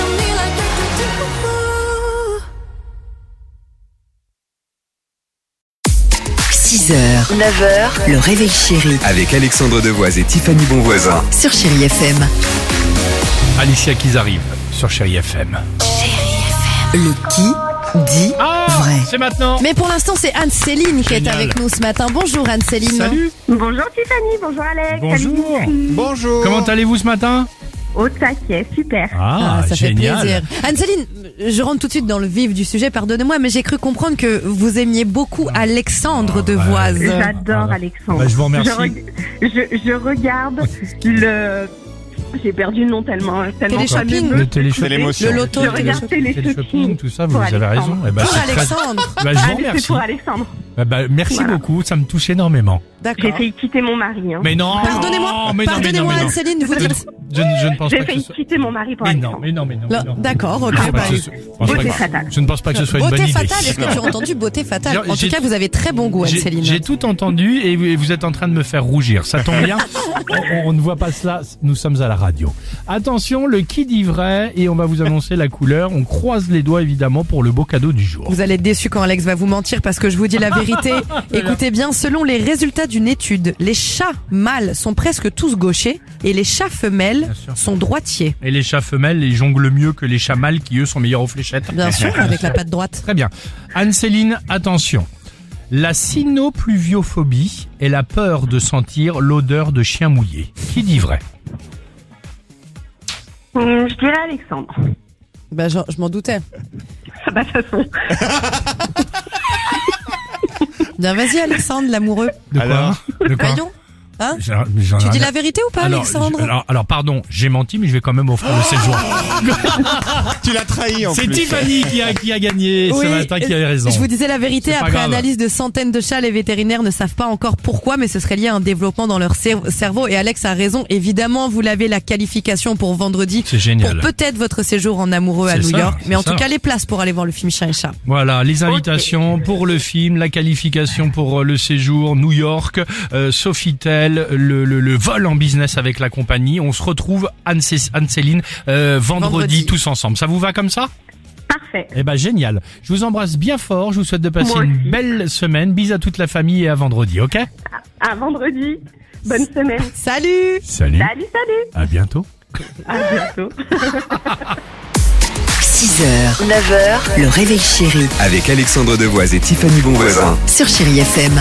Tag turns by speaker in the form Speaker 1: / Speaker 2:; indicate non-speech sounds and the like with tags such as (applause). Speaker 1: on me like we could do. Ooh.
Speaker 2: 6h, 9h, le réveil chéri
Speaker 3: Avec Alexandre Devoise et Tiffany Bonvoisin.
Speaker 4: Ah,
Speaker 2: sur Chérie FM.
Speaker 5: Alicia Keys arrive sur Chéri FM.
Speaker 2: Le qui dit
Speaker 6: Ah,
Speaker 2: vrai.
Speaker 5: c'est maintenant.
Speaker 7: Mais pour l'instant, c'est Anne-Céline qui est
Speaker 5: Ah. Génial.
Speaker 7: avec nous ce matin. Bonjour Anne-Céline.
Speaker 5: Salut.
Speaker 6: Bonjour Tiffany, bonjour Alex.
Speaker 5: Bonjour.
Speaker 3: Bonjour.
Speaker 5: Comment allez-vous ce matin
Speaker 6: Au taquet, super.
Speaker 5: Ah,
Speaker 7: ça
Speaker 5: génial.
Speaker 7: fait plaisir. Anne-Céline, je rentre tout de suite dans le vif du sujet, pardonnez-moi, mais j'ai cru comprendre que vous aimiez beaucoup
Speaker 5: Ah.
Speaker 7: Alexandre de Voise.
Speaker 6: J'adore
Speaker 5: voilà.
Speaker 6: Alexandre.
Speaker 5: Bah, je vous remercie.
Speaker 6: Je, reg- je- je regarde le. J'ai perdu le nom tellement. tellement
Speaker 7: Téléshopping.
Speaker 6: fameux.
Speaker 5: Le téléshopping.
Speaker 7: Le loto.
Speaker 6: Je
Speaker 7: le
Speaker 6: regarde
Speaker 5: Téléshopping,
Speaker 6: Téléshopping.
Speaker 5: tout ça, vous
Speaker 6: Pour
Speaker 5: avez
Speaker 6: Alexandre.
Speaker 5: raison. Eh ben,
Speaker 7: Pour
Speaker 5: c'est très- (laughs)
Speaker 7: Alexandre.
Speaker 5: Bah, je
Speaker 6: Ah,
Speaker 5: vous
Speaker 6: mais c'est
Speaker 5: remercie.
Speaker 6: pour Alexandre.
Speaker 5: Bah, bah, merci
Speaker 6: Voilà. Ah,
Speaker 5: beaucoup, ça me touche énormément.
Speaker 6: J'ai
Speaker 7: D'accord.
Speaker 6: failli quitter mon mari. hein.
Speaker 5: Mais non
Speaker 7: Pardonnez-moi,
Speaker 5: Oh, mais non, mais non,
Speaker 7: pardonnez-moi
Speaker 5: mais non.
Speaker 7: Anne-Céline, vous
Speaker 5: Je,
Speaker 7: dites.
Speaker 5: je ne- je ne pense
Speaker 6: J'ai
Speaker 5: pas que ce
Speaker 6: failli
Speaker 5: soit...
Speaker 6: quitter mon mari pour
Speaker 5: Mais non,
Speaker 6: Alexandre.
Speaker 5: mais non, mais non. mais
Speaker 7: Là,
Speaker 5: non.
Speaker 7: D'accord, ok.
Speaker 5: Je ne pense
Speaker 7: bah,
Speaker 5: pas que ce- je pense pas
Speaker 6: Beauté
Speaker 5: que-
Speaker 6: fatale.
Speaker 5: Je ne pense pas que ce soit une bonne
Speaker 7: Beauté
Speaker 5: idée.
Speaker 7: fatale, est-ce que tu as entendu beauté fatale En
Speaker 5: J'ai-
Speaker 7: tout cas, vous avez très bon goût,
Speaker 5: J'ai- J'ai
Speaker 7: Anne-Céline.
Speaker 5: tout entendu et vous- et vous êtes en train de me faire rougir. Ça tombe
Speaker 7: (laughs)
Speaker 5: bien. on, on ne voit pas cela. Nous sommes à la radio. Attention, le qui dit vrai et on va vous annoncer la couleur. On croise les doigts évidemment pour le beau cadeau du jour.
Speaker 7: Vous allez être déçu quand Alex va vous mentir parce que je vous dis la vérité.
Speaker 5: (laughs)
Speaker 7: Écoutez bien, selon les résultats d'une étude, les chats mâles sont presque tous gauchers et les chats femelles
Speaker 5: Bien sûr.
Speaker 7: sont droitiers.
Speaker 5: Et les chats femelles, les jonglent mieux que les chats mâles qui eux sont meilleurs aux fléchettes.
Speaker 7: Bien
Speaker 5: (laughs)
Speaker 7: sûr, avec la patte droite.
Speaker 5: Très bien. Anne-Céline, attention. La cynopluviophobie est la peur de sentir l'odeur de chien mouillé. Qui dit vrai
Speaker 6: Hum, Je dirais Alexandre.
Speaker 7: Bah, je, je m'en doutais.
Speaker 6: Ah bah, de toute façon,
Speaker 7: Bien, vas-y, Alexandre, l'amoureux.
Speaker 5: De quoi De quoi
Speaker 7: Voyons. Hein
Speaker 5: J'en- j'en ai
Speaker 7: Tu dis
Speaker 5: rien à-
Speaker 7: la vérité ou pas,
Speaker 5: Alors,
Speaker 7: Alexandre
Speaker 5: je- alors, alors, pardon, j'ai menti, mais je vais quand même offrir le séjour.
Speaker 4: Tu l'as trahi Ah, en
Speaker 5: C'est
Speaker 4: plus.
Speaker 5: Tiffany qui a, qui a gagné
Speaker 7: Oui,
Speaker 5: ce matin, qui avait raison.
Speaker 7: Je vous disais la vérité,
Speaker 5: C'est pas
Speaker 7: après
Speaker 5: grave.
Speaker 7: analyse de centaines de chats, les vétérinaires ne savent pas encore pourquoi, mais ce serait lié à un développement dans leur cer- cerveau. Et Alex a raison, évidemment, vous l'avez la qualification pour vendredi.
Speaker 5: C'est génial.
Speaker 7: Pour peut-être votre séjour en amoureux à
Speaker 5: C'est
Speaker 7: New
Speaker 5: ça,
Speaker 7: York.
Speaker 5: c'est
Speaker 7: Mais en
Speaker 5: ça.
Speaker 7: tout cas, les places pour aller voir le film Chat et Chat.
Speaker 5: Voilà, les invitations pour le film, la qualification pour euh, le séjour, New York, euh, Sofitel, le, le, le vol en business avec la compagnie. On se retrouve, Anne-Cé- Anne-Céline, euh, vendredi,
Speaker 7: Vendredi.
Speaker 5: tous ensemble. Ça vous va comme ça
Speaker 6: parfait.
Speaker 5: Eh ben génial. Je vous embrasse bien fort. Je vous souhaite de passer
Speaker 6: Moi
Speaker 5: une
Speaker 6: aussi.
Speaker 5: belle semaine. Bis à toute la famille et à vendredi, ok
Speaker 6: À vendredi. Bonne semaine.
Speaker 7: Salut
Speaker 5: Salut.
Speaker 6: Salut, salut.
Speaker 5: À bientôt.
Speaker 6: À bientôt.
Speaker 2: 6h, 9h, le réveil chéri
Speaker 3: Avec Alexandre Devoise et Tiffany Bonvoisin.
Speaker 2: sur Chérie FM.